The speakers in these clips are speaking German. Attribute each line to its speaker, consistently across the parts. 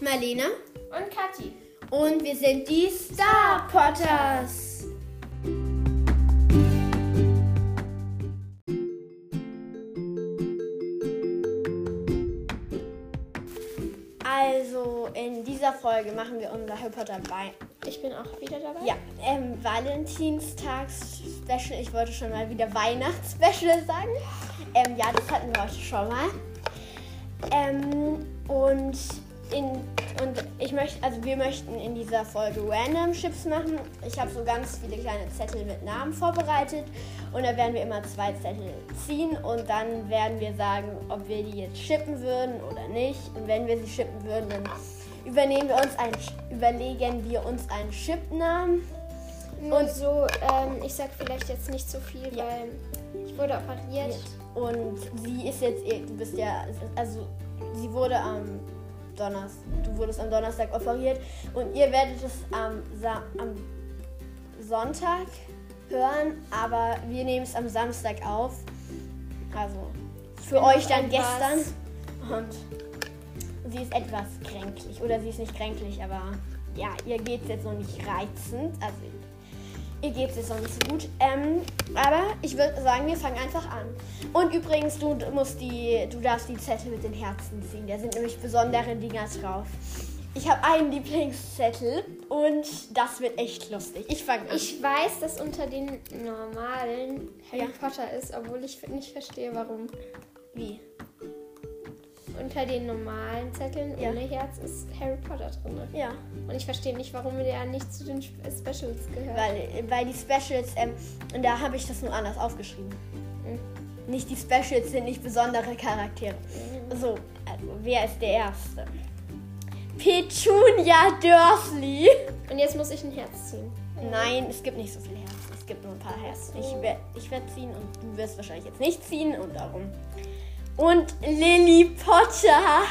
Speaker 1: Marlene
Speaker 2: Und Kathi.
Speaker 1: und wir sind die Star Potters. Also in dieser Folge machen wir unser Harry Potter Wei-
Speaker 2: Ich bin auch wieder dabei.
Speaker 1: ja, ähm, Valentinstags-Special. Ich wollte schon mal wieder Weihnachts-Special sagen. Ähm, ja, das hatten wir heute schon mal. Ähm, und, in, und ich möchte, also wir möchten in dieser Folge Random Chips machen. Ich habe so ganz viele kleine Zettel mit Namen vorbereitet. Und da werden wir immer zwei Zettel ziehen und dann werden wir sagen, ob wir die jetzt schippen würden oder nicht. Und wenn wir sie schippen würden, dann übernehmen wir uns einen, überlegen wir uns einen Chipnamen.
Speaker 2: Nur
Speaker 1: Und-
Speaker 2: und so, ähm, ich sag vielleicht jetzt nicht so viel,
Speaker 1: Ja.
Speaker 2: weil ich wurde operiert.
Speaker 1: Und sie ist jetzt, eh- du bist ja, also sie wurde am Donnerstag, du wurdest am Donnerstag operiert und ihr werdet es am, Sa am Sonntag hören, aber wir nehmen es am Samstag auf. Also für
Speaker 2: Wenn
Speaker 1: euch dann
Speaker 2: noch etwas-
Speaker 1: gestern. Und sie ist etwas kränklich. Oder sie ist nicht kränklich, aber ja, ihr geht es jetzt noch nicht reizend. Also ihr geht es jetzt noch nicht so gut. Ähm, aber ich würde sagen, wir fangen einfach an. Und übrigens, du musst die, du darfst die Zettel mit den Herzen ziehen. Da sind nämlich besondere Dinger drauf. Ich habe einen Lieblingszettel und das wird echt lustig. Ich fange an.
Speaker 2: Ich weiß, dass unter den normalen Harry
Speaker 1: Ja.
Speaker 2: Potter ist, obwohl ich nicht verstehe, warum.
Speaker 1: Wie?
Speaker 2: Unter den normalen Zetteln
Speaker 1: Ja.
Speaker 2: ohne Herz ist Harry Potter drin.
Speaker 1: Ja.
Speaker 2: Und ich verstehe nicht, warum der nicht zu den Sp- Specials gehört.
Speaker 1: Weil, weil die Specials, ähm, und da habe ich das nur anders aufgeschrieben. Hm? Nicht die Specials sind nicht besondere Charaktere. So, also wer ist der Erste? Petunia Dursley.
Speaker 2: Und jetzt muss ich ein Herz ziehen.
Speaker 1: Nein, es gibt nicht so viel Herzen. Es gibt nur ein paar Herzen. Ich werde ich werd ziehen und du wirst wahrscheinlich jetzt nicht ziehen und darum. Und Lily Potter.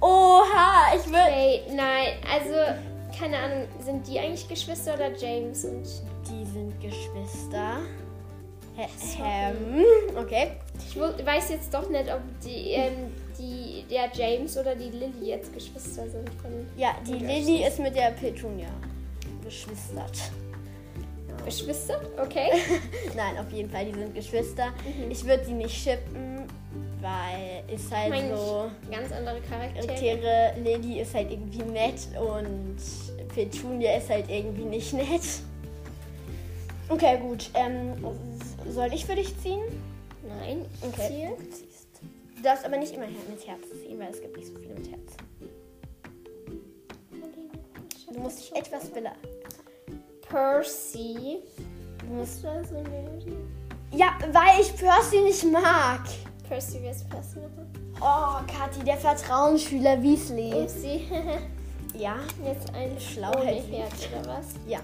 Speaker 1: Oha, ich würde.
Speaker 2: Hey, nein, also keine Ahnung, sind die eigentlich Geschwister oder James und
Speaker 1: Die sind Geschwister. Hä-
Speaker 2: Sorry.
Speaker 1: Ähm, okay.
Speaker 2: ich wo- weiß jetzt doch nicht, ob die, ähm, die der James oder die Lilly jetzt Geschwister sind von
Speaker 1: Ja, die
Speaker 2: Und
Speaker 1: Lilly ist mit der Petunia geschwistert.
Speaker 2: Geschwister, okay?
Speaker 1: Nein, auf jeden Fall, die sind Geschwister.
Speaker 2: Mhm.
Speaker 1: Ich würde sie nicht shippen, weil ist halt
Speaker 2: Mein
Speaker 1: so.
Speaker 2: Ganz andere Charaktere.
Speaker 1: Charaktere, Lilly ist halt irgendwie nett und Petunia ist halt irgendwie nicht nett. Okay, gut. Ähm, s- soll ich für dich ziehen?
Speaker 2: Nein, okay.
Speaker 1: Okay.
Speaker 2: Ziel.
Speaker 1: Du ziehst. Du darfst aber nicht immer her- mit Herz ziehen, weil es gibt nicht so viele mit Herz. Du musst dich etwas bela.
Speaker 2: Percy.
Speaker 1: Du musst
Speaker 2: Das war so eine Melodie.
Speaker 1: ja, weil ich Percy nicht mag.
Speaker 2: Percy, wer ist Percy nochmal?
Speaker 1: Oh, Kathi, der Vertrauensschüler Weasley.
Speaker 2: Percy.
Speaker 1: Ja,
Speaker 2: jetzt ein
Speaker 1: Schlauheit
Speaker 2: ohne
Speaker 1: liegt.
Speaker 2: Herz oder was?
Speaker 1: ja,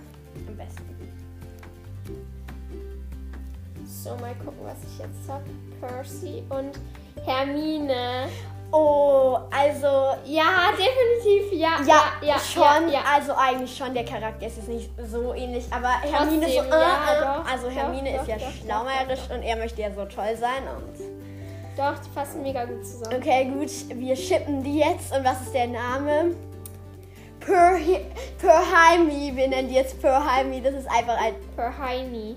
Speaker 1: am besten.
Speaker 2: So, mal gucken, was ich jetzt hab. Percy und Hermine.
Speaker 1: Oh, also
Speaker 2: Ja, definitiv, ja.
Speaker 1: ja,
Speaker 2: ja,
Speaker 1: schon,
Speaker 2: Ja, ja.
Speaker 1: also eigentlich schon der Charakter ist jetzt nicht so ähnlich, aber Hermine ist so,
Speaker 2: Trotzdem,
Speaker 1: äh,
Speaker 2: ja,
Speaker 1: äh,
Speaker 2: doch,
Speaker 1: also
Speaker 2: doch,
Speaker 1: Hermine
Speaker 2: doch,
Speaker 1: ist ja
Speaker 2: doch, doch,
Speaker 1: schlaumeierisch
Speaker 2: doch, doch.
Speaker 1: und er möchte ja so toll sein und
Speaker 2: Doch, die passen mega gut zusammen.
Speaker 1: okay, gut, wir shippen die jetzt und was ist der Name? Perhi- Perhaimi, wir nennen die jetzt Perhaimi, das ist einfach ein
Speaker 2: Hermione.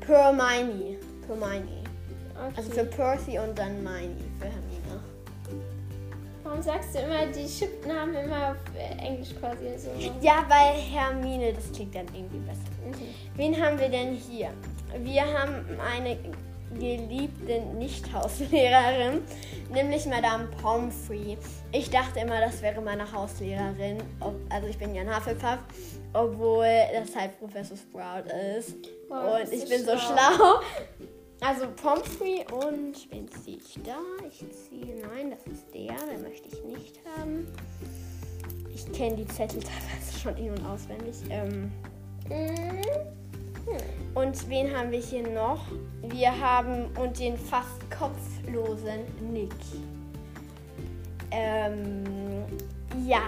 Speaker 1: Permini, Permini,
Speaker 2: Okay.
Speaker 1: also für Percy und dann Mini für Hermine.
Speaker 2: Warum sagst du immer die Chipnamen immer auf äh, Englisch quasi? Also,
Speaker 1: Ja, weil Hermine, das klingt dann irgendwie besser. Wen haben wir denn hier? Wir haben eine geliebte Nicht-Hauslehrerin, nämlich Madame Pomfrey. Ich dachte immer, das wäre meine Hauslehrerin. Ob, also ich bin ja ein Hufflepuff, obwohl das halt Professor Sprout ist.
Speaker 2: Wow,
Speaker 1: und
Speaker 2: das
Speaker 1: ich
Speaker 2: ist
Speaker 1: bin so
Speaker 2: schlau.
Speaker 1: schlau. Also Pomfrey und wen ziehe ich da? Ich ziehe, nein, das ist der, den möchte ich nicht haben. Ich kenne die Zettel teilweise schon in- und auswendig. Ähm,
Speaker 2: Mhm. Hm.
Speaker 1: und wen haben wir hier noch? Wir haben und den fast kopflosen Nick. Ähm, ja,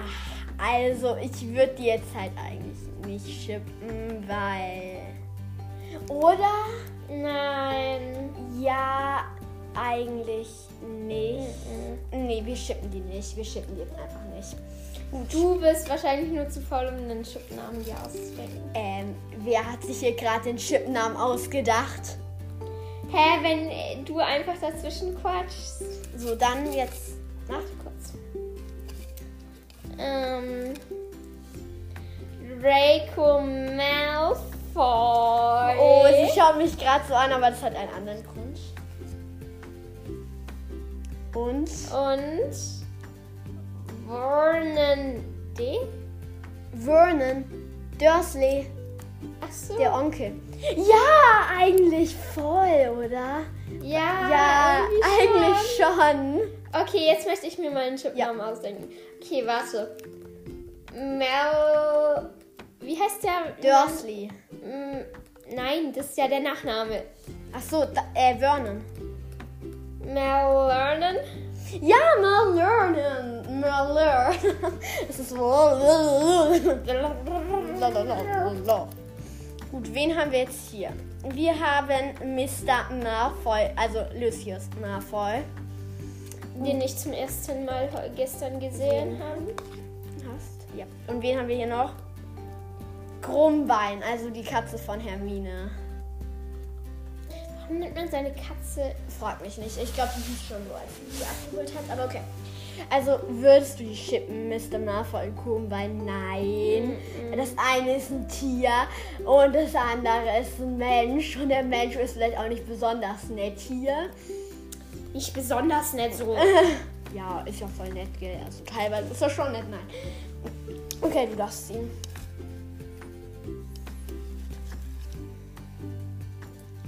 Speaker 1: also ich würde die jetzt halt eigentlich nicht schippen, weil. Oder?
Speaker 2: Nein.
Speaker 1: Ja, eigentlich nicht.
Speaker 2: Mhm.
Speaker 1: Nee, wir schippen die nicht. Wir schippen die jetzt einfach nicht. Gut.
Speaker 2: Du bist wahrscheinlich nur zu faul, um einen Schubnamen dir auszudenken.
Speaker 1: Ähm, wer hat sich hier gerade den Chipnamen ausgedacht?
Speaker 2: Hä, wenn äh, du einfach dazwischen quatschst?
Speaker 1: So, dann jetzt. Na?
Speaker 2: Warte kurz. Ähm. Draco Malfoy.
Speaker 1: Oh, sie schaut mich gerade so an, aber das hat einen anderen Grund. Und
Speaker 2: Und Vernon D.
Speaker 1: Vernon Dursley,
Speaker 2: Ach so.
Speaker 1: der Onkel. Ja, eigentlich voll, oder?
Speaker 2: ja,
Speaker 1: ja,
Speaker 2: irgendwie schon.
Speaker 1: eigentlich schon.
Speaker 2: Okay, jetzt möchte ich mir meinen Chipnamen ausdenken. Okay, warte. Mel. Wie heißt der?
Speaker 1: Dursley.
Speaker 2: Mm, Nein, das ist ja der Nachname.
Speaker 1: Ach so, da, äh, Vernon.
Speaker 2: Mel Vernon?
Speaker 1: Ja, mal lernen. Mal lernen. Es ist so. Gut, wen haben wir jetzt hier? Wir haben Mr. Malfoy, also Lucius Malfoy.
Speaker 2: Den ich zum ersten Mal he- gestern gesehen habe.
Speaker 1: Hast? Ja. Und wen haben wir hier noch? Krummbein, also die Katze von Hermine.
Speaker 2: Warum nennt man seine Katze?
Speaker 1: Frag mich nicht. Ich glaube, die hieß schon so, als du sie abgeholt hast, aber okay. Also, würdest du die shippen, Mr. Malfoy und Krummbein? Nein. Das eine ist ein Tier und das andere ist ein Mensch. Und der Mensch ist vielleicht auch nicht besonders nett hier.
Speaker 2: Nicht besonders nett so.
Speaker 1: Ja, ist ja voll nett, gell? Also, teilweise ist er schon nett, nein. Okay, du darfst ihn.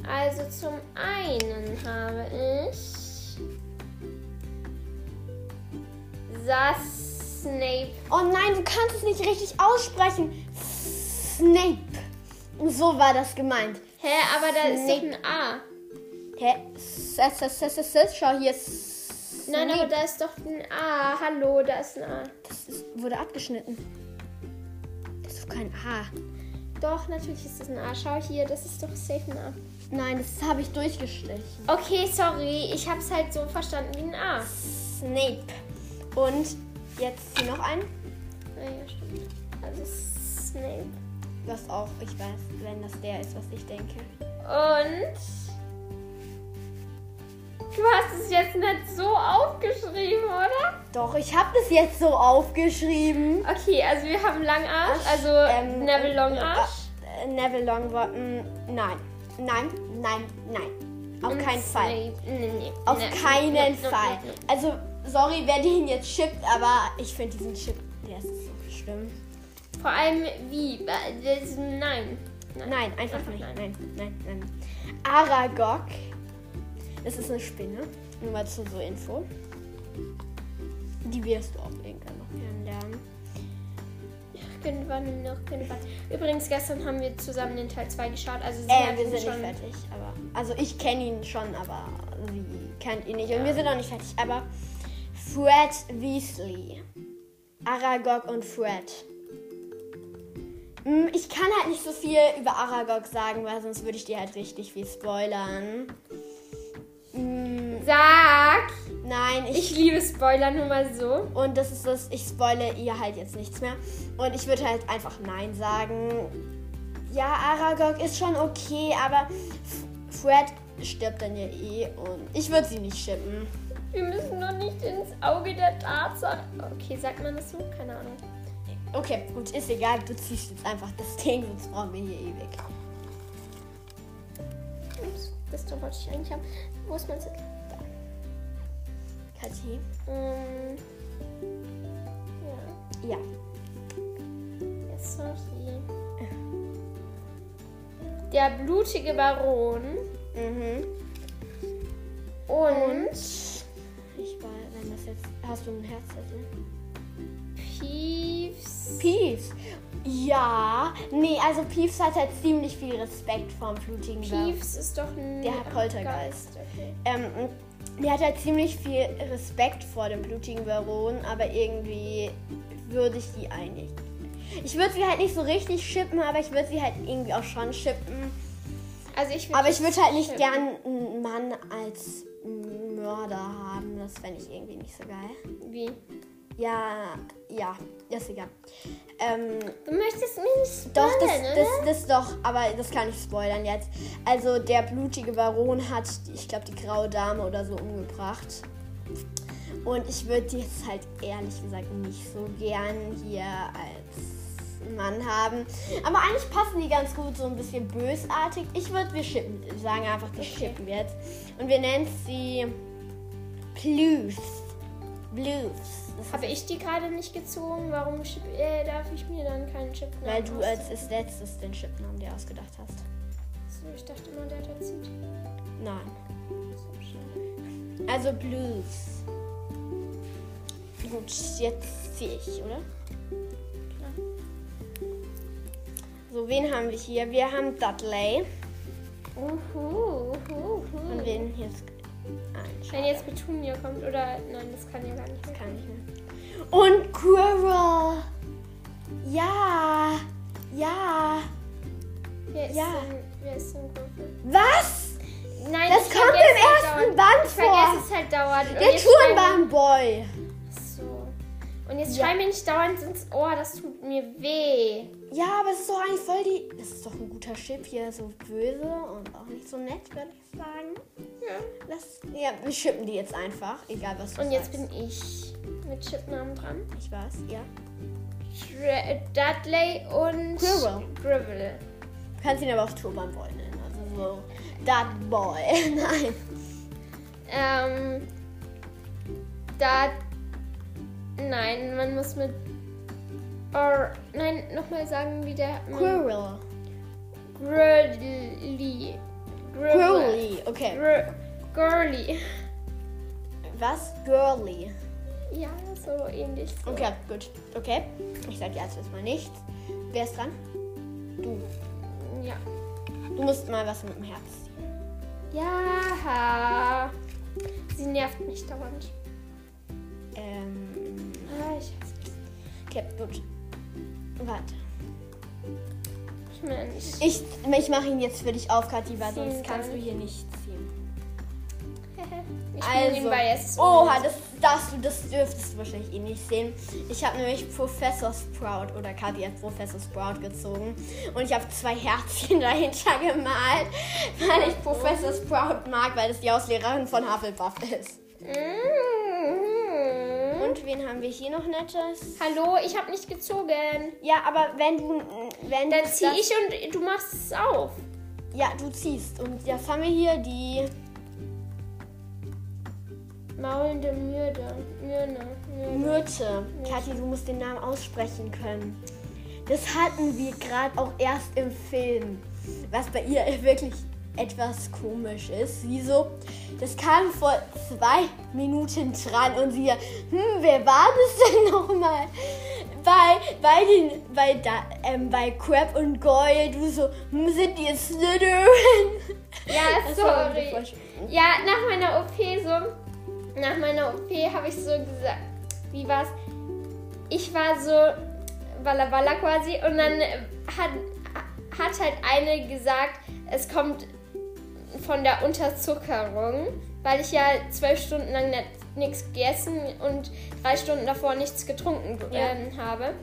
Speaker 2: Also zum einen habe ich. Sass Snape.
Speaker 1: Oh nein, du kannst es nicht richtig aussprechen. Snape. So war das gemeint.
Speaker 2: Hä, aber da ist doch ein A.
Speaker 1: Hä? S -s -s -s -s -s Schau hier. S
Speaker 2: Nein, aber da ist doch ein A. Hallo, da ist ein A.
Speaker 1: Das ist, wurde abgeschnitten. Das ist doch kein A.
Speaker 2: Doch, natürlich ist das ein A. Schau hier, das ist doch safe ein A.
Speaker 1: Nein, das habe ich durchgestrichen.
Speaker 2: Okay, sorry, ich hab's halt so verstanden wie ein A. Ah,
Speaker 1: Snape. Und jetzt hier noch einen.
Speaker 2: Naja, stimmt. Also Snape.
Speaker 1: Was auch, ich weiß, wenn das der ist, was ich denke.
Speaker 2: Und. Du hast es jetzt nicht so aufgeschrieben, oder?
Speaker 1: Doch, ich habe das jetzt so aufgeschrieben.
Speaker 2: Okay, also wir haben Langarsch, also
Speaker 1: Ähm,
Speaker 2: Neville
Speaker 1: äh,
Speaker 2: Longarsch.
Speaker 1: Äh, Neville Longbottom. Nein. Nein, nein, nein. äh, Auf
Speaker 2: und
Speaker 1: keinen Fall.
Speaker 2: Mm, Snape. Ne, Nee, nee.
Speaker 1: Auf
Speaker 2: nee,
Speaker 1: keinen
Speaker 2: nee, nee,
Speaker 1: Fall.
Speaker 2: nee,
Speaker 1: Also, sorry, wer den jetzt shippt, aber ich finde diesen Chip, der ist so schlimm.
Speaker 2: nee. Vor allem wie? Äh, das- Nein.
Speaker 1: Nein, einfach
Speaker 2: Einfach
Speaker 1: nicht.
Speaker 2: nein.
Speaker 1: Nein, nein, nein. Aragog. Das ist eine Spinne. Nur mal zu so Info. Die wirst du auch irgendwann noch kennenlernen.
Speaker 2: Irgendwann noch, irgendwann. Übrigens, gestern haben wir zusammen den Teil 2 geschaut. Also
Speaker 1: Äh, wir
Speaker 2: eigentlich
Speaker 1: sind nicht fertig, aber. Also ich kenne ihn schon, aber sie kennt ihn nicht. Und wir sind auch nicht fertig. Aber Fred Weasley. Aragog und Fred. Hm, Ich kann halt nicht so viel über Aragog sagen, weil sonst würde ich dir halt richtig viel spoilern. Hm,
Speaker 2: Sag!
Speaker 1: Nein, ich.
Speaker 2: Ich liebe Spoiler nur mal so.
Speaker 1: Und das ist das, ich spoile ihr halt jetzt nichts mehr. Und ich würde halt einfach Nein sagen. Ja, Aragog ist schon okay, aber F- Fred stirbt dann ja eh und ich würde sie nicht schippen.
Speaker 2: Wir müssen nur nicht ins Auge der Tatsache. Okay, sagt man das so? Keine Ahnung.
Speaker 1: Okay, gut, ist egal, du ziehst jetzt einfach das Ding, sonst brauchen wir hier eh ewig.
Speaker 2: Ups, das Tor wollte ich eigentlich haben. Wo ist mein Zettel?
Speaker 1: Kathi?
Speaker 2: Ähm. Ja.
Speaker 1: Ja.
Speaker 2: ja, sorry. Der blutige Baron
Speaker 1: Mhm.
Speaker 2: und
Speaker 1: Ich war, wenn das jetzt. Hast du ein Herzzettel?
Speaker 2: Peeves.
Speaker 1: Peeves. Ja. Nee, also Peeves hat halt ziemlich viel Respekt vor dem flutigen Baron.
Speaker 2: Peeves ist doch ein.
Speaker 1: Der hat Poltergeist.
Speaker 2: Geist, Okay.
Speaker 1: Ähm, der hat halt ziemlich viel Respekt vor dem blutigen Baron, aber irgendwie würde ich die einig. Ich würde sie halt nicht so richtig schippen, aber ich würde sie halt irgendwie auch schon schippen.
Speaker 2: Also ich würd
Speaker 1: Aber ich
Speaker 2: jetzt
Speaker 1: würde halt nicht
Speaker 2: schippen.
Speaker 1: gern einen Mann als Mörder haben. Das fände ich irgendwie nicht so geil.
Speaker 2: Wie?
Speaker 1: Ja, ja, ist egal. Ähm,
Speaker 2: Du möchtest mich nicht spoilern, ne?
Speaker 1: doch, das,
Speaker 2: oder?
Speaker 1: das, das doch, aber das kann ich spoilern jetzt. Also der blutige Baron hat, ich glaube, die graue Dame oder so umgebracht. Und ich würde jetzt halt ehrlich gesagt nicht so gern hier als Mann haben. Aber eigentlich passen die ganz gut, so ein bisschen bösartig. Ich würde, wir schippen, sagen einfach, wir
Speaker 2: Okay.
Speaker 1: schippen jetzt. Und wir nennen sie Blues. Blues. Das
Speaker 2: Habe ich die gerade nicht gezogen? Warum Chip, äh, darf ich mir dann keinen Chip nehmen?
Speaker 1: Weil du als, als letztes den Chipnamen dir ausgedacht hast.
Speaker 2: So, ich dachte immer, der da zieht.
Speaker 1: Nein.
Speaker 2: So, schade.
Speaker 1: Also Blues. Gut, jetzt ziehe ich, oder?
Speaker 2: Klar.
Speaker 1: So, wen haben wir hier? Wir haben Dudley.
Speaker 2: Uhu, uhu,
Speaker 1: Und
Speaker 2: uhu.
Speaker 1: wen jetzt? Nein,
Speaker 2: Wenn
Speaker 1: schade,
Speaker 2: jetzt Petunia kommt, oder? Nein, das kann ja gar nicht
Speaker 1: das
Speaker 2: mehr.
Speaker 1: kann ich nicht. Und Quirrell. Ja. Ja.
Speaker 2: Wer ist
Speaker 1: Ja.
Speaker 2: denn, wer ist denn Gruppe?
Speaker 1: Was?
Speaker 2: Nein,
Speaker 1: Das
Speaker 2: ich
Speaker 1: kommt
Speaker 2: vergesse
Speaker 1: im
Speaker 2: es halt
Speaker 1: ersten
Speaker 2: dauernd.
Speaker 1: Band
Speaker 2: Ich vergesse
Speaker 1: vor.
Speaker 2: es halt dauernd. Und
Speaker 1: Der
Speaker 2: jetzt schreiben-
Speaker 1: Turnbahnboy.
Speaker 2: So. Und jetzt
Speaker 1: Ja.
Speaker 2: schreib mir nicht dauernd ins Ohr, das tut mir weh.
Speaker 1: Ja, aber es ist doch eigentlich voll die. Das ist doch ein guter Chip hier, so böse und auch nicht so nett, würde ich sagen. Das, ja, wir schippen die jetzt einfach, egal was du
Speaker 2: Und jetzt
Speaker 1: sagst.
Speaker 2: bin ich mit Chipnamen dran.
Speaker 1: ich weiß, ja.
Speaker 2: Dre- äh, Dudley und
Speaker 1: Gribble.
Speaker 2: Gribble.
Speaker 1: Du kannst ihn aber auch Turbanboy nennen, also so That Boy. Nein.
Speaker 2: Ähm, da. Nein, man muss mit. Or, nein, nochmal sagen, wie der.
Speaker 1: Quirrell.
Speaker 2: Grilly.
Speaker 1: Girly, okay.
Speaker 2: Gr girly.
Speaker 1: Was? Girly.
Speaker 2: Ja, so ähnlich. So.
Speaker 1: Okay, gut. Okay. Ich sag dir jetzt mal nichts. Wer ist dran? Du.
Speaker 2: Ja.
Speaker 1: Du musst mal was mit dem Herz ziehen.
Speaker 2: Ja. Sie nervt mich dauernd.
Speaker 1: Ähm.
Speaker 2: Ah, ich hasse
Speaker 1: Okay, gut. Warte.
Speaker 2: mich, Mensch.
Speaker 1: Ich, ich mache ihn jetzt für dich auf, Kathi, weil
Speaker 2: Vielen
Speaker 1: sonst kannst du
Speaker 2: Dank.
Speaker 1: hier nicht ziehen.
Speaker 2: Ich bin nebenbei jetzt.
Speaker 1: Also. oha, das darfst du, das dürftest du wahrscheinlich eh nicht sehen. Ich habe nämlich Professor Sprout oder Kathi hat Professor Sprout gezogen und ich habe zwei Herzchen dahinter gemalt, weil ich Professor Sprout mag, weil das die Hauslehrerin von Hufflepuff ist.
Speaker 2: Mhm.
Speaker 1: Und wen haben wir hier noch nettes?
Speaker 2: Hallo, ich habe nicht gezogen.
Speaker 1: Ja, aber wenn du, wenn
Speaker 2: Dann
Speaker 1: du
Speaker 2: ziehe
Speaker 1: das-
Speaker 2: ich und du machst es auf.
Speaker 1: ja, du ziehst und jetzt haben wir hier die
Speaker 2: Maulende Mürde. Mürne. Mürde.
Speaker 1: Myrte. Kathi, du musst den Namen aussprechen können. Das hatten wir gerade auch erst im Film. Was bei ihr wirklich etwas komisch ist. Sie so, das kam vor zwei Minuten dran und sie, hm, wer war das denn nochmal? Bei, bei den, bei, da, ähm, bei Crab und Goyle, du so, hm, sind die jetzt Slytherin?
Speaker 2: Ja,
Speaker 1: Das war irgendwie voll
Speaker 2: sorry.
Speaker 1: sch-
Speaker 2: Ja, nach meiner OP so. Nach meiner OP habe ich so gesagt. Wie war's? Ich war so Walla Walla quasi und dann äh, hat, hat halt eine gesagt, es kommt von der Unterzuckerung, weil ich ja zwölf Stunden lang nichts gegessen und drei Stunden davor nichts getrunken ähm, habe.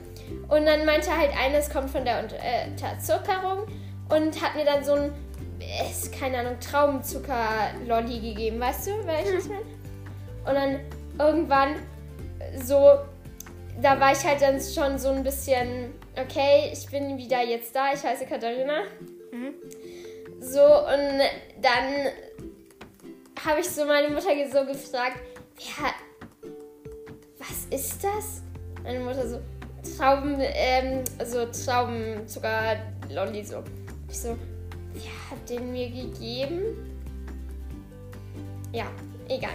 Speaker 2: Und dann meinte halt einer, es kommt von der Unter- äh, Unterzuckerung und hat mir dann so ein, äh, ist, keine Ahnung, Traubenzucker-Lolli gegeben, weißt du, welches meine? Und dann irgendwann so, da war ich halt dann schon so ein bisschen, okay, ich bin wieder jetzt da, ich heiße Katharina. So, und dann habe ich so meine Mutter ge- so gefragt, ja, was ist das? Meine Mutter so, Trauben, ähm, so Traubenzucker-Lolli so. Ich so, ja, hat den mir gegeben? Ja, egal.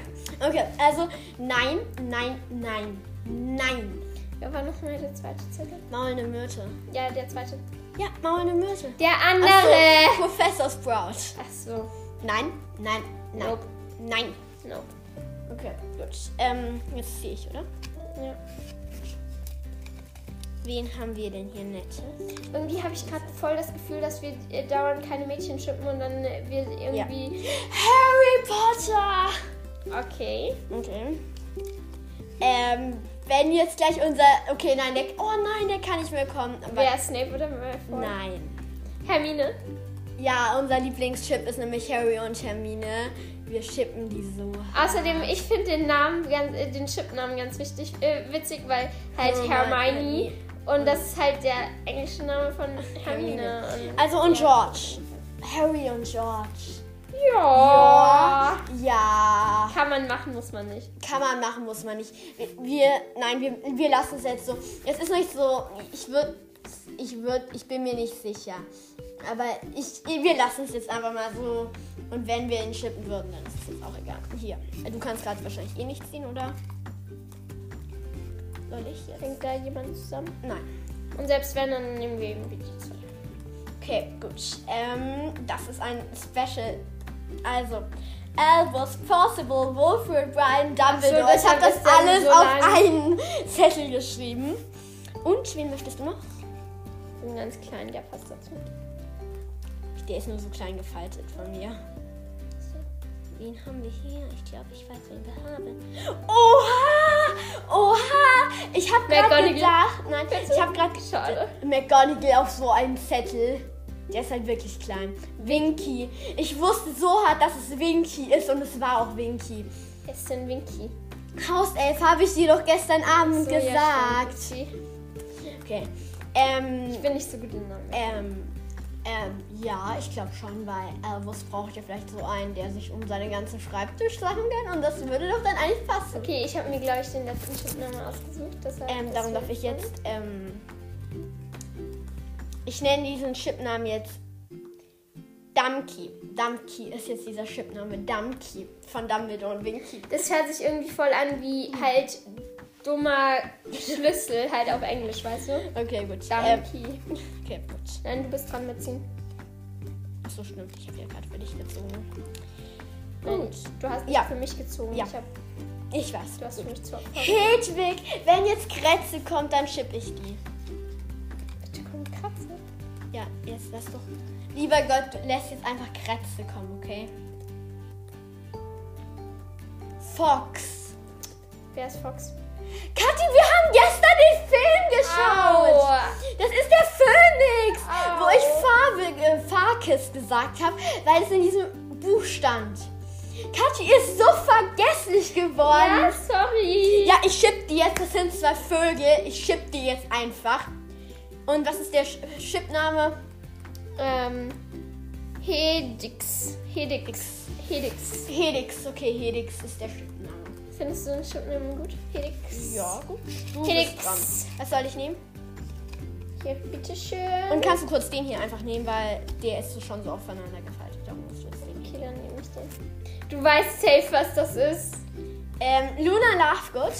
Speaker 1: Okay, also nein, nein, nein, nein.
Speaker 2: Wer war noch mal der zweite Zettel?
Speaker 1: Maulende Myrte.
Speaker 2: Ja, der zweite.
Speaker 1: Ja, maulende Myrte.
Speaker 2: Der
Speaker 1: Ach so,
Speaker 2: andere!
Speaker 1: Professor Sprout.
Speaker 2: Ach so.
Speaker 1: Nein, nein, nein.
Speaker 2: Nope.
Speaker 1: Nein.
Speaker 2: No.
Speaker 1: Okay, gut. Ähm, jetzt ziehe ich, oder?
Speaker 2: Ja.
Speaker 1: Wen haben wir denn hier nettes?
Speaker 2: Irgendwie habe ich gerade voll das Gefühl, dass wir äh, dauernd keine Mädchen schippen und dann äh, wir irgendwie.
Speaker 1: Harry Potter!
Speaker 2: Okay.
Speaker 1: Okay. Ähm, wenn jetzt gleich unser. Okay, nein, der. Oh nein, der kann nicht mehr kommen. Aber
Speaker 2: Wer ist Snape oder Malfoy?
Speaker 1: nein.
Speaker 2: Hermine.
Speaker 1: Ja, unser Lieblingschip ist nämlich Harry und Hermine. Wir shippen die so.
Speaker 2: Außerdem, ich finde den Namen, ganz, äh, den Chipnamen ganz wichtig, äh, witzig, weil halt Hermione
Speaker 1: Hermione.
Speaker 2: und das ist halt der englische Name von Hermine. Und,
Speaker 1: Also und George. Harry und George.
Speaker 2: ja.
Speaker 1: Ja.
Speaker 2: Kann man machen, muss man nicht.
Speaker 1: Kann man machen, muss man nicht. Wir, wir nein, wir, wir lassen es jetzt so. Es ist nicht so, ich würde, ich würde, ich bin mir nicht sicher. Aber ich, wir lassen es jetzt einfach mal so. Und wenn wir ihn schippen würden, dann ist es uns auch egal. Hier, du kannst gerade wahrscheinlich eh nicht ziehen, oder? Soll ich jetzt?
Speaker 2: Hängt da jemand zusammen?
Speaker 1: Nein.
Speaker 2: Und selbst wenn, dann nehmen wir irgendwie die zwei.
Speaker 1: Okay, gut. Ähm, das ist ein Special. Also, Elvis, Possible, Wolfred, Brian, Dumbledore.
Speaker 2: deshalb
Speaker 1: ich habe das
Speaker 2: ist der
Speaker 1: alles
Speaker 2: so
Speaker 1: auf
Speaker 2: lang.
Speaker 1: einen Zettel geschrieben. Und wen möchtest du noch?
Speaker 2: Den ganz kleinen, der passt dazu.
Speaker 1: Der ist nur so klein gefaltet von mir. Wen haben wir hier? Ich glaube, ich weiß, wen wir haben. Oha! Oha! Ich habe gerade
Speaker 2: McGonagall.
Speaker 1: gedacht. Nein, ich habe gerade
Speaker 2: Schade.
Speaker 1: McGonagall auf so einen Zettel. Der ist halt wirklich klein. Winky. Ich wusste so hart, dass es Winky ist und es war auch Winky.
Speaker 2: Wer Ist denn Winky?
Speaker 1: Hauself habe ich dir doch gestern Abend
Speaker 2: So, ja,
Speaker 1: gesagt.
Speaker 2: stimmt, Winky.
Speaker 1: okay. Ähm,
Speaker 2: Ich bin nicht so gut im Namen.
Speaker 1: ähm, ähm, ja, ich glaube schon, weil Elvis braucht ja vielleicht so einen, der sich um seine ganzen Schreibtischsachen kann und das würde doch dann eigentlich passen.
Speaker 2: Okay, ich habe mir, glaube ich, den letzten Chipnamen ausgesucht. deshalb
Speaker 1: Ähm,
Speaker 2: ist
Speaker 1: darum darf
Speaker 2: Winky.
Speaker 1: ich jetzt, ähm, ich nenne diesen Chipnamen jetzt Dumpy. Dumpy ist jetzt dieser Chipname Dumpy von Dumbledore und Winky.
Speaker 2: Das hört sich irgendwie voll an wie halt dummer Schlüssel halt auf Englisch, weißt du?
Speaker 1: Okay, gut. Ähm,
Speaker 2: Dumpy.
Speaker 1: okay, gut.
Speaker 2: Nein, du bist dran mitziehen.
Speaker 1: Achso, stimmt. Ich habe ja gerade für dich gezogen.
Speaker 2: Nein, du hast nicht
Speaker 1: Ja.
Speaker 2: für mich gezogen.
Speaker 1: Ja.
Speaker 2: Ich hab,
Speaker 1: Ich weiß.
Speaker 2: du hast für mich gezogen.
Speaker 1: Hedwig, wenn jetzt Kretze kommt, dann schipp ich die.
Speaker 2: Bitte komm, Katze.
Speaker 1: Ja, jetzt lass doch. Lieber Gott, du lässt jetzt einfach Kratze kommen, okay? Fox.
Speaker 2: Wer ist Fox?
Speaker 1: Kathi, wir haben gestern den Film geschaut.
Speaker 2: Au.
Speaker 1: Das ist der Phönix,
Speaker 2: Au.
Speaker 1: wo ich Farbe, äh, Farkis gesagt habe, weil es in diesem Buch stand. Kathi ist so vergesslich geworden.
Speaker 2: Ja, sorry.
Speaker 1: Ja, ich schipp die jetzt. Das sind zwei Vögel. Ich schipp die jetzt einfach. Und was ist der Sch- Schippname?
Speaker 2: Ähm, Hedix. Hedix. Hedix.
Speaker 1: Helix. Okay, Helix ist der Schippname.
Speaker 2: Findest du den Chipnamen gut? Hedix.
Speaker 1: Ja, gut. Du
Speaker 2: Felix.
Speaker 1: bist dran. Was soll ich nehmen?
Speaker 2: Hier, bitteschön.
Speaker 1: Und kannst du kurz den hier einfach nehmen, weil der ist so schon so aufeinander gefaltet. Darum musst du jetzt den
Speaker 2: okay,
Speaker 1: nehmen.
Speaker 2: dann nehme ich den. Du weißt safe, was das ist.
Speaker 1: Ähm, Luna Lovegood.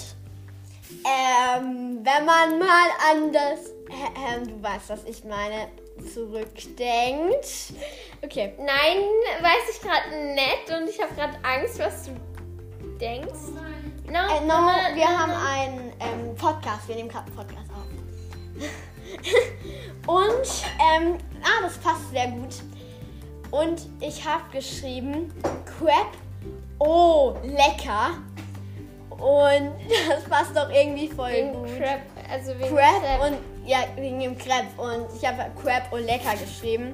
Speaker 1: Ähm, wenn man mal anders, äh, ähm, du weißt, was ich meine, zurückdenkt. Okay.
Speaker 2: Nein, weiß ich gerade nett und ich habe gerade Angst, was du denkst. No,
Speaker 1: Äh, nochmal, wir haben einen ähm, Podcast. Wir nehmen gerade einen Podcast auf. Und, ähm, ah, das passt sehr gut. Und ich habe geschrieben, Crap, oh, lecker. Und das passt doch irgendwie voll
Speaker 2: wegen
Speaker 1: gut.
Speaker 2: Crab, also wegen
Speaker 1: Crab,
Speaker 2: Crab.
Speaker 1: und, ja, wegen dem Crap. Und ich habe Crap und lecker geschrieben.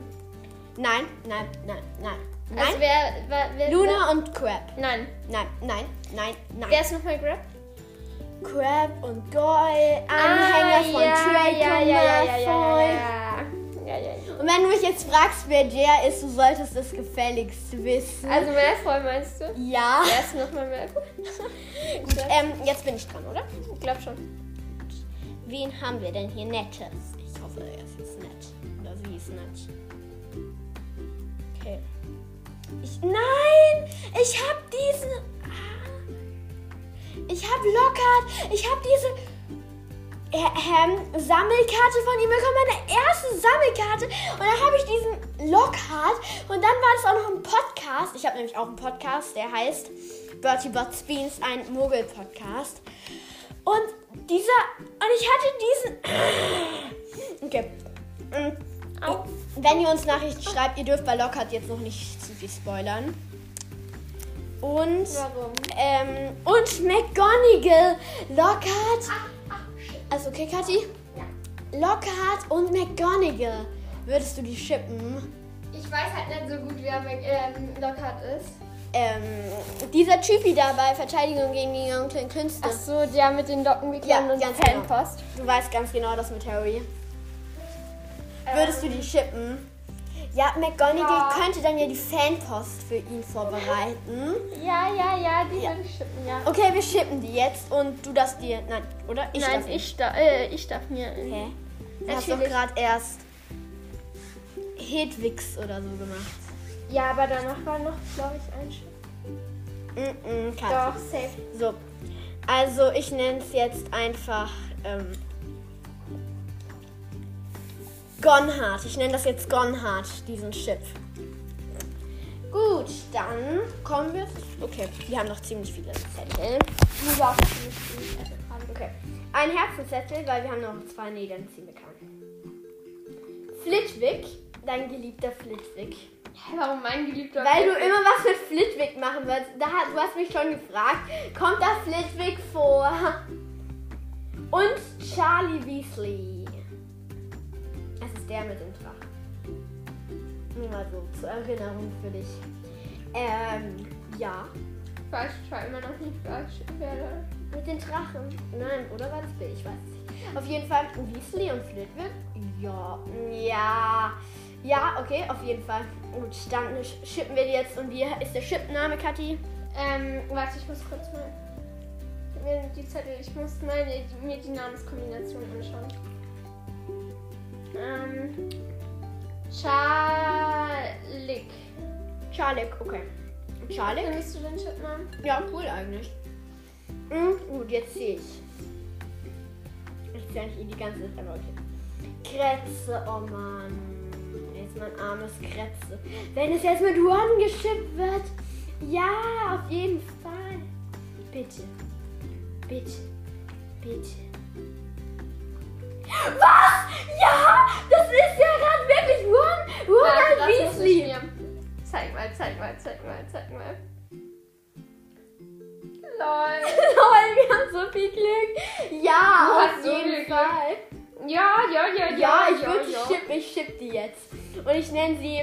Speaker 1: Nein, nein, nein, nein, nein.
Speaker 2: also wer, wer, wer
Speaker 1: Luna und Crap.
Speaker 2: Nein.
Speaker 1: Nein, nein, nein, nein.
Speaker 2: Wer ist nochmal Crab?
Speaker 1: Crab und Goyle, Anhänger von Draco
Speaker 2: Ah, ja, ja, ja, ja, ja,
Speaker 1: Malfoy.
Speaker 2: ja, ja, ja, ja.
Speaker 1: Und wenn du mich jetzt fragst, wer der ist, du solltest es gefälligst wissen.
Speaker 2: Also Malfoy meinst du?
Speaker 1: ja.
Speaker 2: Wer ist nochmal Malfoy? Crab?
Speaker 1: Ähm, jetzt bin ich dran, oder?
Speaker 2: Ich glaube schon.
Speaker 1: Wen haben wir denn hier Nettes? Ich hoffe, er ist jetzt nett. Oder sie ist nett. Okay. Ich, nein! Ich hab diesen. Ah. Ich hab Lockhart. Ich hab diese. Ä- Ähm, Sammelkarte von ihm bekommen, meine erste Sammelkarte. Und dann habe ich diesen Lockhart. Und dann war das auch noch ein Podcast. Ich habe nämlich auch einen Podcast, der heißt Bertie Bots Beans, ein Mogel-Podcast. Und dieser. Und ich hatte diesen. Okay. Mm.
Speaker 2: Au.
Speaker 1: Wenn ihr uns Nachrichten schreibt, ihr dürft bei Lockhart jetzt noch nicht zu viel spoilern. und,
Speaker 2: Warum?
Speaker 1: ähm, und McGonagall, Lockhart.
Speaker 2: Ach, ach, shit.
Speaker 1: Also okay, Kathi?
Speaker 2: Ja.
Speaker 1: Lockhart und McGonagall. Würdest du die shippen?
Speaker 2: Ich weiß halt nicht so gut, wer Mac ähm, Lockhart ist.
Speaker 1: Ähm, dieser Typi da bei Verteidigung gegen die dunklen Künste.
Speaker 2: Ach so, der mit den Lockenwicklern
Speaker 1: Ja,
Speaker 2: und der
Speaker 1: ganz genau.
Speaker 2: Fanpost.
Speaker 1: Du weißt ganz genau das mit Harry. genau. Würdest du die shippen? Ja, McGonagall
Speaker 2: Ja.
Speaker 1: könnte dann ja die Fanpost für ihn vorbereiten.
Speaker 2: Ähm, Ja, ja, ja, die
Speaker 1: Ja.
Speaker 2: würde ich schippen, ja.
Speaker 1: Okay, wir shippen die jetzt und du darfst dir. Nein, oder? Ich
Speaker 2: Nein,
Speaker 1: darf nicht.
Speaker 2: ich, da, äh, ich darf mir.
Speaker 1: Hä? Du hast doch
Speaker 2: Natürlich.
Speaker 1: gerade erst Hedwigs oder so gemacht.
Speaker 2: Ja, aber danach war noch, glaube ich, ein Schiff.
Speaker 1: Mm -mm,
Speaker 2: Doch, safe.
Speaker 1: So. Also ich nenne es jetzt einfach ähm, Gonhard. Ich nenne das jetzt Gonhard, diesen Chip. Gut, dann kommen wir. Okay, wir haben noch ziemlich viele Zettel.
Speaker 2: Du darfst nicht. ich esse gerade.
Speaker 1: Okay. Ein Herzenzettel, weil wir haben noch zwei, nee, dann ziehen wir keinen. Flitwick, dein geliebter Flitwick.
Speaker 2: Hä, Warum mein geliebter
Speaker 1: Weil du
Speaker 2: Fisch?
Speaker 1: immer was mit Flitwick machen willst. Da, hat- du hast mich schon gefragt, kommt da Flitwick vor? Und Charlie Weasley. Es ist der mit dem Drachen. Nur mal so zur Erinnerung für dich. Ähm, ja.
Speaker 2: Falsch, ich war immer noch nicht falsch. Werde.
Speaker 1: Mit den Drachen. Nein, oder war das B? Ich weiß es nicht. Auf jeden Fall Weasley und Flitwick. Ja, ja. Ja, okay, auf jeden Fall. Gut, dann sch- schippen wir die jetzt. Und wie ist der Chipname, Kathi?
Speaker 2: Ähm, warte, ich muss kurz mal. Mir Die Zettel, ich muss meine, mir die Namenskombination anschauen. Ähm. Schalik.
Speaker 1: Charlik, okay. Charlik?
Speaker 2: Findest du den Chipnamen?
Speaker 1: Ja, cool eigentlich. Mhm, gut, jetzt sehe ich. Ich sehe eigentlich eh die ganze Zeit, aber okay. Kretze, oh Mann. Jetzt mein armes Kretze. Wenn es jetzt mit Ron geschippt wird. Ja, auf jeden Fall. Bitte. Bitte. Bitte. Was? Ja, das ist ja gerade wirklich Ron.
Speaker 2: Warte,
Speaker 1: Ron
Speaker 2: das
Speaker 1: und
Speaker 2: muss ich
Speaker 1: Weasley.
Speaker 2: mir- Zeig mal, zeig mal, zeig mal, zeig mal. Lol.
Speaker 1: Lol, wir haben so viel Glück. Ja,
Speaker 2: Du
Speaker 1: auf
Speaker 2: hast so
Speaker 1: jeden
Speaker 2: viel Glück.
Speaker 1: Fall.
Speaker 2: Ja, ja, ja, ja.
Speaker 1: Ja, ich
Speaker 2: ja,
Speaker 1: würde
Speaker 2: ja.
Speaker 1: ship, ich ship die jetzt. Und ich nenne sie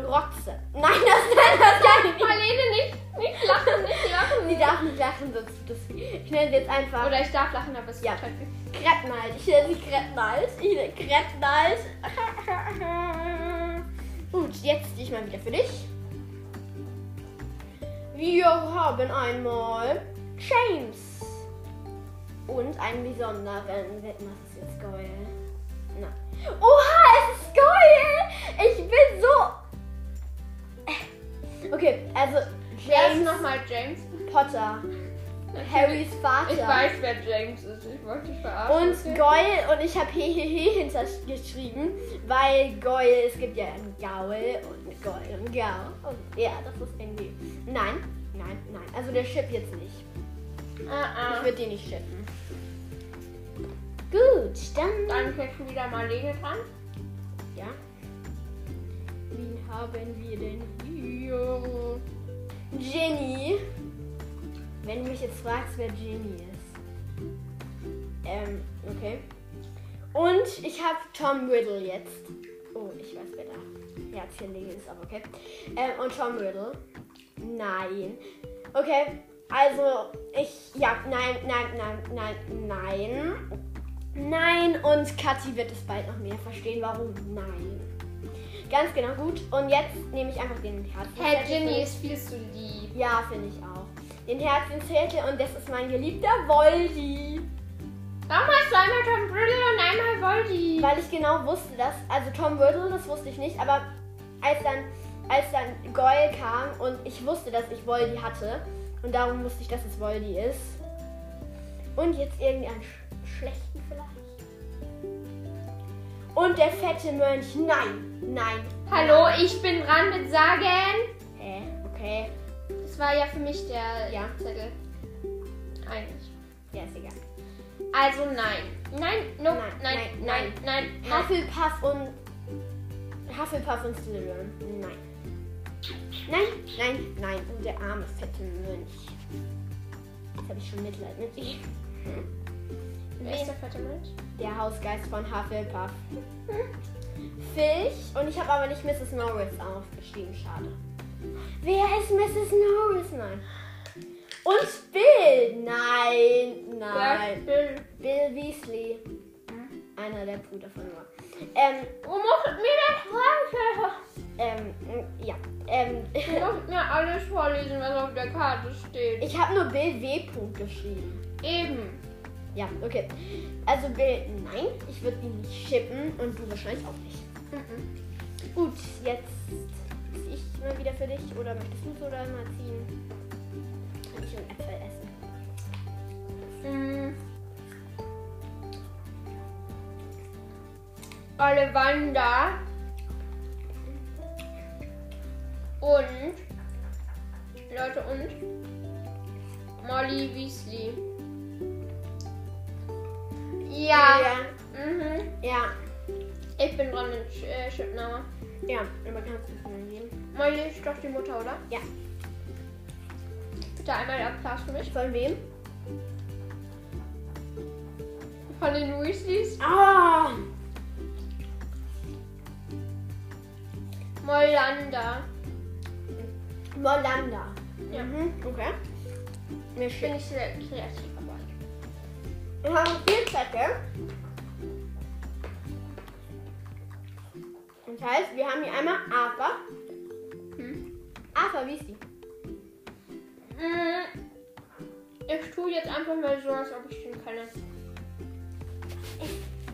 Speaker 1: Rotze. Nein, das nein, das kann ich nicht.
Speaker 2: Marlene, nicht, nicht lachen, nicht lachen.
Speaker 1: Sie darf nicht lachen, sonst tut das weh. Ich nenne sie jetzt einfach
Speaker 2: Oder ich darf lachen, aber es
Speaker 1: Ja.
Speaker 2: wird halt nicht.
Speaker 1: Kretnald. Ich nenne sie Kretnald. Ich nenne Kretnald. Gut, jetzt ich mal wieder für dich. Wir haben einmal James. Und einen besonderen. Was ist jetzt geil? Na. Oha, es ist geil! Ich bin so. Okay, also
Speaker 2: Wer ist
Speaker 1: James
Speaker 2: nochmal James?
Speaker 1: Potter, Harrys Vater.
Speaker 2: Ich weiß, wer James ist. Ich wollte dich verarschen.
Speaker 1: Und Goyle und ich habe Hehehe hintergeschrieben, weil Goyle, es gibt ja ein Gaul und Goyle und Gau. Und ja, das ist irgendwie. Nein, nein, nein. Also der Chip jetzt nicht.
Speaker 2: Ah,
Speaker 1: Ich
Speaker 2: ah.
Speaker 1: würde den nicht shippen. Gut, dann.
Speaker 2: Dann kriegst du wieder Marlene dran.
Speaker 1: Ja. Wen haben wir denn hier? Jenny. Wenn du mich jetzt fragst, wer Jenny ist. Ähm, okay. Und ich habe Tom Riddle jetzt. Oh, ich weiß, wer da Herzchen liegen ist, aber okay. Ähm, und Tom Riddle. Nein. Okay, also ich. Ja, nein, nein, nein, nein, nein. Nein, und Kathi wird es bald noch mehr verstehen, warum nein. Ganz genau, gut. Und jetzt nehme ich einfach den Herzchen.
Speaker 2: Hey, Ginny ist viel zu lieb.
Speaker 1: Ja, finde ich auch. Den Herzenszettel und das ist mein geliebter Voldi.
Speaker 2: Damals war einmal Tom Riddle und einmal Voldy.
Speaker 1: Weil ich genau wusste, dass, also Tom Riddle, das wusste ich nicht, aber als dann, als dann Goyle kam und ich wusste, dass ich Voldy hatte und darum wusste ich, dass es Voldy ist. Und jetzt irgendeinen sch schlechten vielleicht. Und der fette Mönch, nein, nein.
Speaker 2: Hallo, ich bin dran mit Sagen.
Speaker 1: Hä? Okay.
Speaker 2: Das war ja für mich der
Speaker 1: Ja.
Speaker 2: Zettel. Eigentlich.
Speaker 1: Ja, ist egal.
Speaker 2: Also nein. Nein, nope,
Speaker 1: Nein,
Speaker 2: nein,
Speaker 1: nein,
Speaker 2: nein, nein, nein.
Speaker 1: Hufflepuff und. Hufflepuff und Slytherin. Nein. Nein, nein, nein. Und der arme, fette Mönch. Jetzt habe ich schon Mitleid mit ihm.
Speaker 2: Wer ist der fette Mensch?
Speaker 1: Der Hausgeist von Hufflepuff. Filch. Und ich habe aber nicht Mrs. Norris aufgeschrieben. Schade. Wer ist Mrs. Norris? Nein. Und Bill. Nein, nein.
Speaker 2: Bill.
Speaker 1: Bill Weasley. Einer der Brüder von Noah. Ähm,
Speaker 2: Wo macht mir das Fragen?
Speaker 1: ähm, ja. Ähm,
Speaker 2: Du musst mir alles vorlesen, was auf der Karte steht.
Speaker 1: ich habe nur Bill W. Punkt geschrieben.
Speaker 2: Eben.
Speaker 1: Ja, okay. Also Bill, nein, ich würde ihn nicht shippen und du wahrscheinlich auch nicht.
Speaker 2: Mhm.
Speaker 1: Gut, jetzt zieh ich mal wieder für dich oder möchtest du es oder mal ziehen? Kann ich einen Äpfel essen?
Speaker 2: Mhm. Ollivander und Leute und Molly Weasley. Ja. Mhm.
Speaker 1: Ja,
Speaker 2: Ich bin dran mit Sch äh, Schöpfname.
Speaker 1: ja, aber kannst du es mir geben?
Speaker 2: Molly ist doch die Mutter, oder?
Speaker 1: Ja.
Speaker 2: Bitte einmal Applaus für mich.
Speaker 1: Von wem?
Speaker 2: Von den Weasleys.
Speaker 1: Ah!
Speaker 2: Mollander.
Speaker 1: Molanda.
Speaker 2: Ja.
Speaker 1: Mhm, okay. Mir
Speaker 2: Bin
Speaker 1: schön.
Speaker 2: ich sehr kreativ geworden.
Speaker 1: Wir haben viel Zeit, gell? Das heißt, wir haben hier einmal Arthur.
Speaker 2: Hm.
Speaker 1: Arthur, wie ist die?
Speaker 2: Mm, Ich tue jetzt einfach mal so, als ob ich den kenne.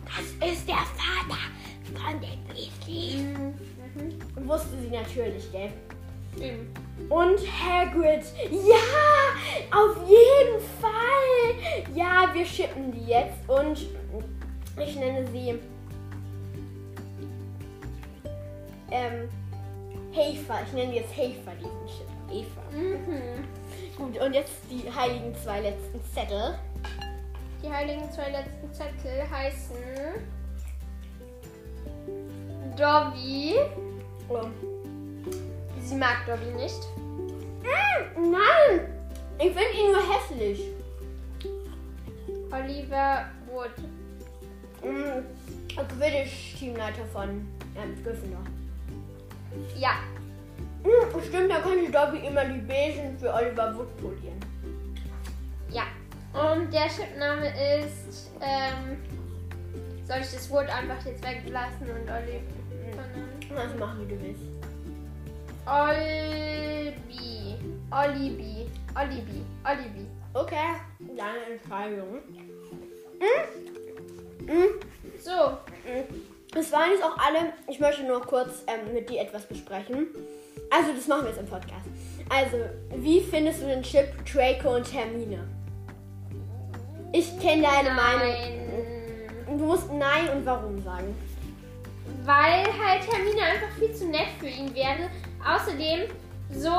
Speaker 1: Das ist der Vater von dem Weasley.
Speaker 2: Mhm.
Speaker 1: Wusste sie natürlich, gell?
Speaker 2: Eben.
Speaker 1: Und Hagrid. Ja, auf jeden Fall. Ja, wir schippen die jetzt und ich nenne sie ähm, Hefer. Ich nenne jetzt Hefer diesen Chip. Hefer.
Speaker 2: Mhm.
Speaker 1: Gut, und jetzt die heiligen zwei letzten Zettel.
Speaker 2: Die heiligen zwei letzten Zettel heißen Dobby.
Speaker 1: Oh.
Speaker 2: Sie mag Dobby nicht.
Speaker 1: Mm, nein, ich finde ihn nur hässlich.
Speaker 2: Oliver Wood.
Speaker 1: Mm, Quidditch-Teamleiter von ähm, Gryffindor.
Speaker 2: Ja.
Speaker 1: Hm, Stimmt, da konnte Dobby immer die Besen für Oliver Wood polieren.
Speaker 2: Ja. Und der Chipname ist. Ähm, soll ich das Wort einfach jetzt weglassen und Olive. Mhm.
Speaker 1: Was machen, wie du willst.
Speaker 2: Olbi. Olibi. Olibi. Olibi.
Speaker 1: Okay, deine Entscheidung. Mhm. Hm? Hm,
Speaker 2: So.
Speaker 1: hm. Das waren jetzt auch alle. Ich möchte nur kurz ähm, mit dir etwas besprechen. Also, das machen wir jetzt im Podcast. Also, wie findest du den Chip Draco und Hermine? Ich kenne deine Meinung.
Speaker 2: Nein.
Speaker 1: Du musst Nein und Warum sagen.
Speaker 2: Weil halt Hermine einfach viel zu nett für ihn wäre. Außerdem, so,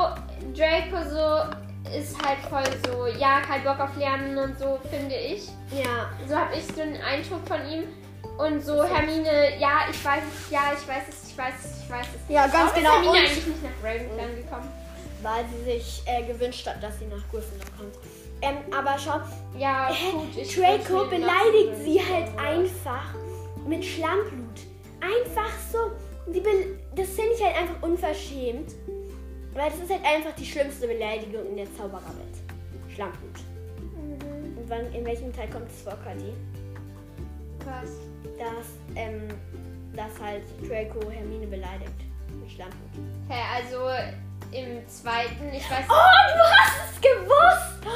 Speaker 2: Draco so ist halt voll so, ja, kein Bock auf Lernen und so, finde ich.
Speaker 1: Ja,
Speaker 2: So habe ich so einen Eindruck von ihm. Und so Hermine, ja, ich weiß es, ja, ich weiß es, ich weiß es, ich weiß es.
Speaker 1: Ja, ganz
Speaker 2: Warum
Speaker 1: genau.
Speaker 2: Ist Hermine
Speaker 1: Und-
Speaker 2: eigentlich nicht nach Ravenclan gekommen.
Speaker 1: weil sie sich äh, gewünscht hat, dass sie nach Gryffindor kommt. Ähm, aber schau,
Speaker 2: Ja,
Speaker 1: Hä?
Speaker 2: gut, ich
Speaker 1: Äh, Draco
Speaker 2: ich will
Speaker 1: beleidigt
Speaker 2: lassen,
Speaker 1: sie
Speaker 2: aber-
Speaker 1: halt einfach mit Schlammblut. Einfach so. Sie be das finde ich halt einfach unverschämt. Weil das ist halt einfach die schlimmste Beleidigung in der Zaubererwelt. Schlammblut.
Speaker 2: Mhm.
Speaker 1: Und wann, in welchem Teil kommt es vor, Kadi?
Speaker 2: Was?
Speaker 1: Dass, ähm, dass halt Draco Hermine beleidigt. Mit Schlammblut.
Speaker 2: Hä, also im zweiten, ich weiß
Speaker 1: Oh, du hast es gewusst!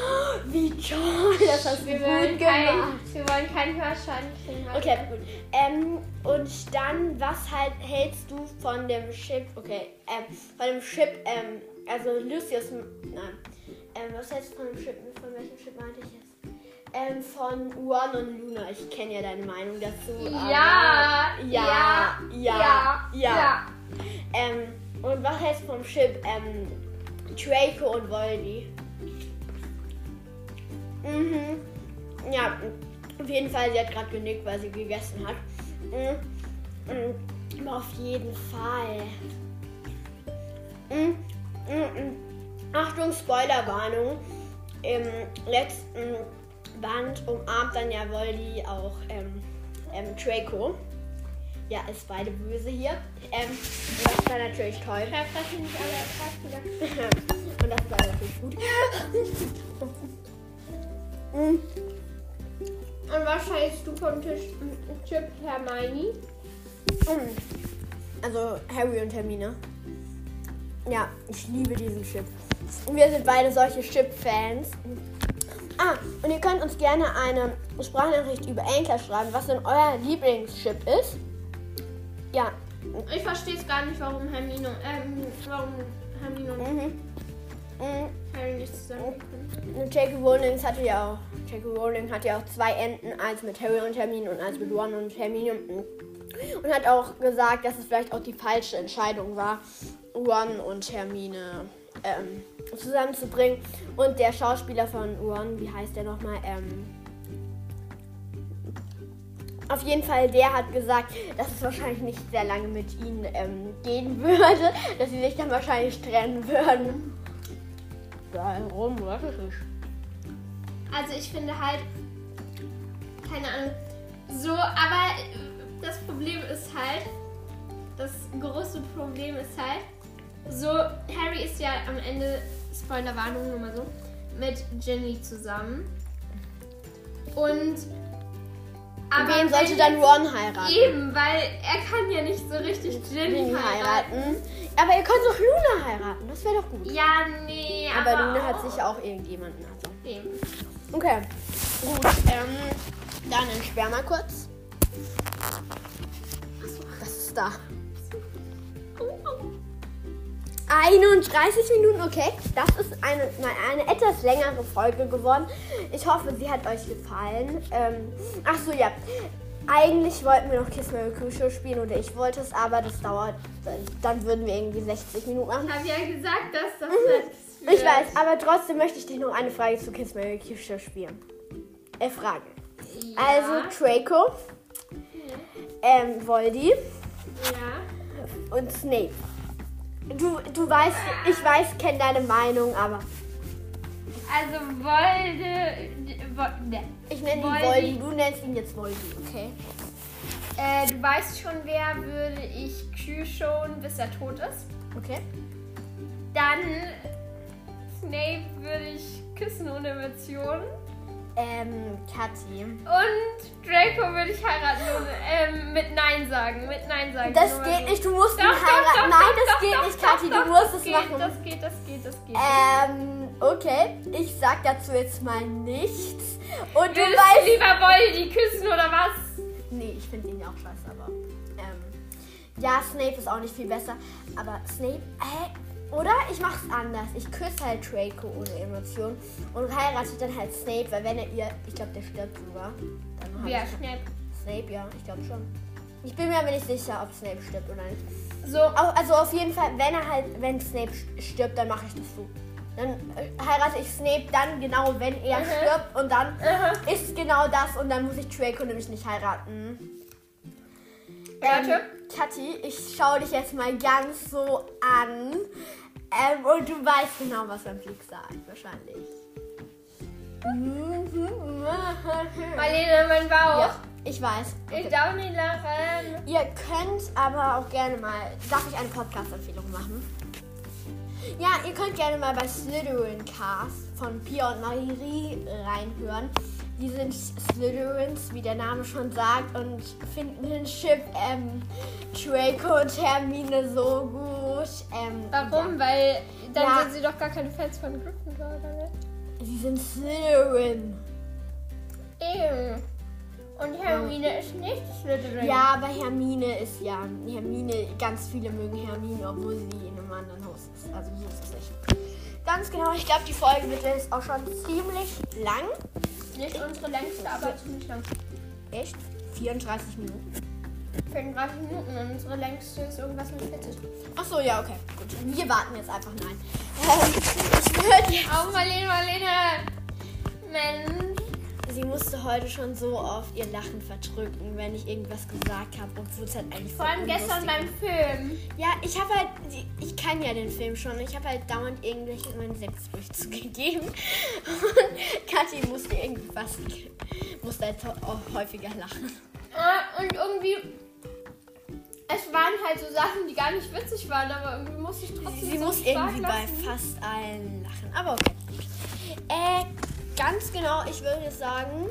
Speaker 1: Wie toll! Das hast du
Speaker 2: wir wollen
Speaker 1: gut gemacht.
Speaker 2: kein, wir wollen keinen Hörschaden kriegen. warte.
Speaker 1: Okay, gut. Ähm, und dann, was halt hältst du von dem Chip? Okay, ähm, von dem Chip, ähm, also Lucius, nein. Ähm, was hältst du von dem Chip? Von welchem Chip meinte ich jetzt? Ähm, von Juan und Luna. Ich kenne ja deine Meinung dazu. aber-
Speaker 2: Ja,
Speaker 1: ja, ja, ja.
Speaker 2: ja, ja.
Speaker 1: Ähm, und was hältst du vom Chip, ähm, Draco und Voldy? Mhm. Ja, auf jeden Fall, sie hat gerade genickt, weil sie gegessen hat. Mhm. Mhm. Aber auf jeden Fall. Mhm. Achtung, Spoilerwarnung. Im letzten Band umarmt dann ja Voldy auch ähm, ähm, Draco. Ja, ist beide böse hier. Ähm, und das war natürlich toll.
Speaker 2: Schreibfragen sind nicht alle ertragen.
Speaker 1: Und das war natürlich gut. Mm,
Speaker 2: Und was scheißt du vom Tisch? Mm, Chip Hermione?
Speaker 1: mm. Also Harry und Hermine. Ja, ich liebe diesen Chip. Wir sind beide solche Chip-Fans. Ah, und ihr könnt uns gerne eine Sprachnachricht über Anchor schreiben, was denn euer Lieblingschip ist. Ja,
Speaker 2: Ich verstehe es gar nicht, warum Hermine, ähm, warum Hermine und
Speaker 1: mhm. Mm.
Speaker 2: Harry nicht zusammen sind.
Speaker 1: Und J.K. Rowling hatte ja auch, J.K. Rowling hat ja auch zwei Enden, eins mit Harry und Hermine und eins mit Ron und Hermine. Und hat auch gesagt, dass es vielleicht auch die falsche Entscheidung war, Ron und Hermine ähm, zusammenzubringen. Und der Schauspieler von Ron, wie heißt der nochmal? Ähm, auf jeden Fall, der hat gesagt, dass es wahrscheinlich nicht sehr lange mit ihnen ähm, gehen würde, dass sie sich dann wahrscheinlich trennen würden. Warum? Weiß ich nicht.
Speaker 2: Also ich finde halt, keine Ahnung, so, aber äh, das Problem ist halt, das große Problem ist halt, so, Harry ist ja am Ende, Spoilerwarnung nur mal so, mit Ginny zusammen. Und, aber
Speaker 1: Wen sollte
Speaker 2: wenn-
Speaker 1: dann Ron heiraten?
Speaker 2: Eben, weil er kann ja nicht so richtig Ginny
Speaker 1: Ginny
Speaker 2: heiraten.
Speaker 1: heiraten. Aber ihr könnt doch Luna heiraten, das wäre doch gut.
Speaker 2: Ja, nee, aber,
Speaker 1: Aber Luna hat
Speaker 2: auch-
Speaker 1: sich auch irgendjemanden. Also.
Speaker 2: Eben.
Speaker 1: Okay. Gut, ähm, dann entsperr mal kurz. Was ist da?
Speaker 2: Oh, oh.
Speaker 1: 31 Minuten, okay. Das ist eine, mal eine etwas längere Folge geworden. Ich hoffe, sie hat euch gefallen. Ähm, ach so, ja. Eigentlich wollten wir noch Kiss Mary Kill Show spielen oder ich wollte es, aber das dauert. Dann würden wir irgendwie 60 Minuten machen.
Speaker 2: Ich habe ja gesagt, dass das halt nichts
Speaker 1: Ich
Speaker 2: wird.
Speaker 1: weiß, aber trotzdem möchte ich dich noch eine Frage zu Kiss Mary Kill Show spielen. Äh, Fragen.
Speaker 2: Ja,
Speaker 1: Also Draco, ähm, Voldy
Speaker 2: Ja.
Speaker 1: und Snape. Du, du weißt, ich weiß, kenne deine Meinung, aber
Speaker 2: Also Wolde. Wo- ne.
Speaker 1: Ich nenne ihn
Speaker 2: Voldy.
Speaker 1: Voldy, du nennst ihn jetzt Voldy, okay?
Speaker 2: Äh, du weißt schon, wer würde ich Q schon, bis er tot ist.
Speaker 1: Okay.
Speaker 2: Dann Snape würde ich küssen ohne Emotionen.
Speaker 1: Ähm, Kathi.
Speaker 2: Und Draco würde ich heiraten ohne, ähm, mit Nein sagen. Mit Nein sagen.
Speaker 1: Das
Speaker 2: Nur mal
Speaker 1: geht
Speaker 2: so.
Speaker 1: nicht, du musst
Speaker 2: Doch,
Speaker 1: ihn
Speaker 2: doch, doch,
Speaker 1: heiraten.
Speaker 2: doch,
Speaker 1: Nein, das
Speaker 2: doch,
Speaker 1: geht
Speaker 2: doch,
Speaker 1: nicht,
Speaker 2: doch,
Speaker 1: Kathi,
Speaker 2: doch,
Speaker 1: du musst
Speaker 2: das
Speaker 1: es
Speaker 2: geht,
Speaker 1: machen.
Speaker 2: Das geht, das geht, das geht.
Speaker 1: Ähm, okay, ich sag dazu jetzt mal nichts. Und du
Speaker 2: Würdest
Speaker 1: weißt.
Speaker 2: du lieber Voldy küssen oder was?
Speaker 1: Nee, ich finde ihn ja auch scheiße, aber. Ähm, ja, Snape ist auch nicht viel besser. Aber Snape. Hä? Oder ich mach's anders. Ich küsse halt Draco ohne Emotion und heirate dann halt Snape, weil wenn er ihr. Ich glaube, der stirbt sogar. Dann hab
Speaker 2: Ja,
Speaker 1: ich-
Speaker 2: schnell.
Speaker 1: Snape, ja, ich glaube schon. Ich bin mir aber nicht sicher, ob Snape stirbt oder nicht.
Speaker 2: So,
Speaker 1: Au- Also auf jeden Fall, wenn er halt, wenn Snape st- stirbt, dann mache ich das so. Dann äh, heirate ich Snape dann genau, wenn er
Speaker 2: Mhm.
Speaker 1: stirbt und dann ist genau das und dann muss ich Draco nämlich nicht heiraten. Ähm,
Speaker 2: Warte.
Speaker 1: Kathi, ich schaue dich jetzt mal ganz so an ähm, und du weißt genau, was mein Blick sagt, wahrscheinlich. Mhm.
Speaker 2: Marlene, mein Bauch.
Speaker 1: Ja, ich weiß.
Speaker 2: Ich darf nicht lachen.
Speaker 1: Ihr könnt aber auch gerne mal, darf ich eine Podcast-Empfehlung machen? Ja, ihr könnt gerne mal bei Slytherin Cast von Pia und Marie reinhören. Die sind Slytherins, wie der Name schon sagt, und finden den Chip ähm, Draco und Hermine so gut. Ähm,
Speaker 2: Warum? Weil dann
Speaker 1: Ja.
Speaker 2: sind sie doch gar keine Fans von Gryffindor, oder nicht?
Speaker 1: Ja, sie sind Slytherin.
Speaker 2: Eben. Und Hermine ist nicht Slytherin.
Speaker 1: Ja, aber Hermine ist ja. Hermine, ganz viele mögen Hermine, obwohl sie in einem anderen Haus ist. Also so ist es nicht. Ganz genau, ich glaube, die Folge wird jetzt auch schon ziemlich lang.
Speaker 2: Nicht unsere längste, aber ziemlich lang.
Speaker 1: Echt? 34 Minuten.
Speaker 2: 35 Minuten und unsere längste ist irgendwas mit 40.
Speaker 1: Achso, ja, okay. Gut. Wir warten jetzt einfach nein. Ähm, ich würde jetzt.
Speaker 2: Auf, Marlene, Marlene! Mensch.
Speaker 1: sie musste heute schon so oft ihr Lachen verdrücken, wenn ich irgendwas gesagt habe, obwohl es halt eigentlich
Speaker 2: Vor allem
Speaker 1: so unlustig
Speaker 2: gestern beim Film.
Speaker 1: Ja, ich habe halt, ich kann ja den Film schon. Ich habe halt dauernd irgendwelche meinen Selbstbrüche gegeben. Und Kathi musste irgendwas, musste halt auch häufiger lachen.
Speaker 2: Ah, Und irgendwie. Es waren halt so Sachen, die gar nicht witzig waren, aber irgendwie musste ich trotzdem.
Speaker 1: Sie
Speaker 2: so
Speaker 1: muss
Speaker 2: stark
Speaker 1: irgendwie bei
Speaker 2: lachen.
Speaker 1: fast allen lachen. Aber okay. Äh, ganz genau, ich würde sagen,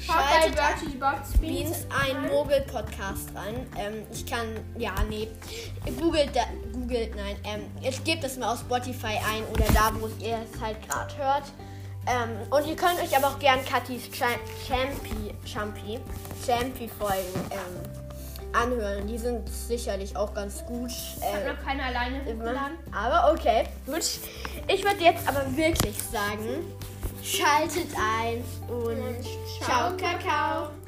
Speaker 2: Schaut bei
Speaker 1: schaltet
Speaker 2: Dirty Box Beans
Speaker 1: Beans ein Mogel-Podcast rein. Ähm, ich kann, ja, nee. Googelt, da, googelt nein. Ähm, jetzt gebt es mal auf Spotify ein oder da, wo ihr es halt gerade hört. Ähm, und ihr könnt euch aber auch gern Katis Cha- Champi, Champi, Champi-Folgen ähm, anhören. Die sind sicherlich auch ganz gut.
Speaker 2: Hat
Speaker 1: Ähm,
Speaker 2: noch keiner alleine hochgeladen.
Speaker 1: aber okay, gut. Ich würde jetzt aber wirklich sagen, schaltet ein und
Speaker 2: Ciao, Kakao.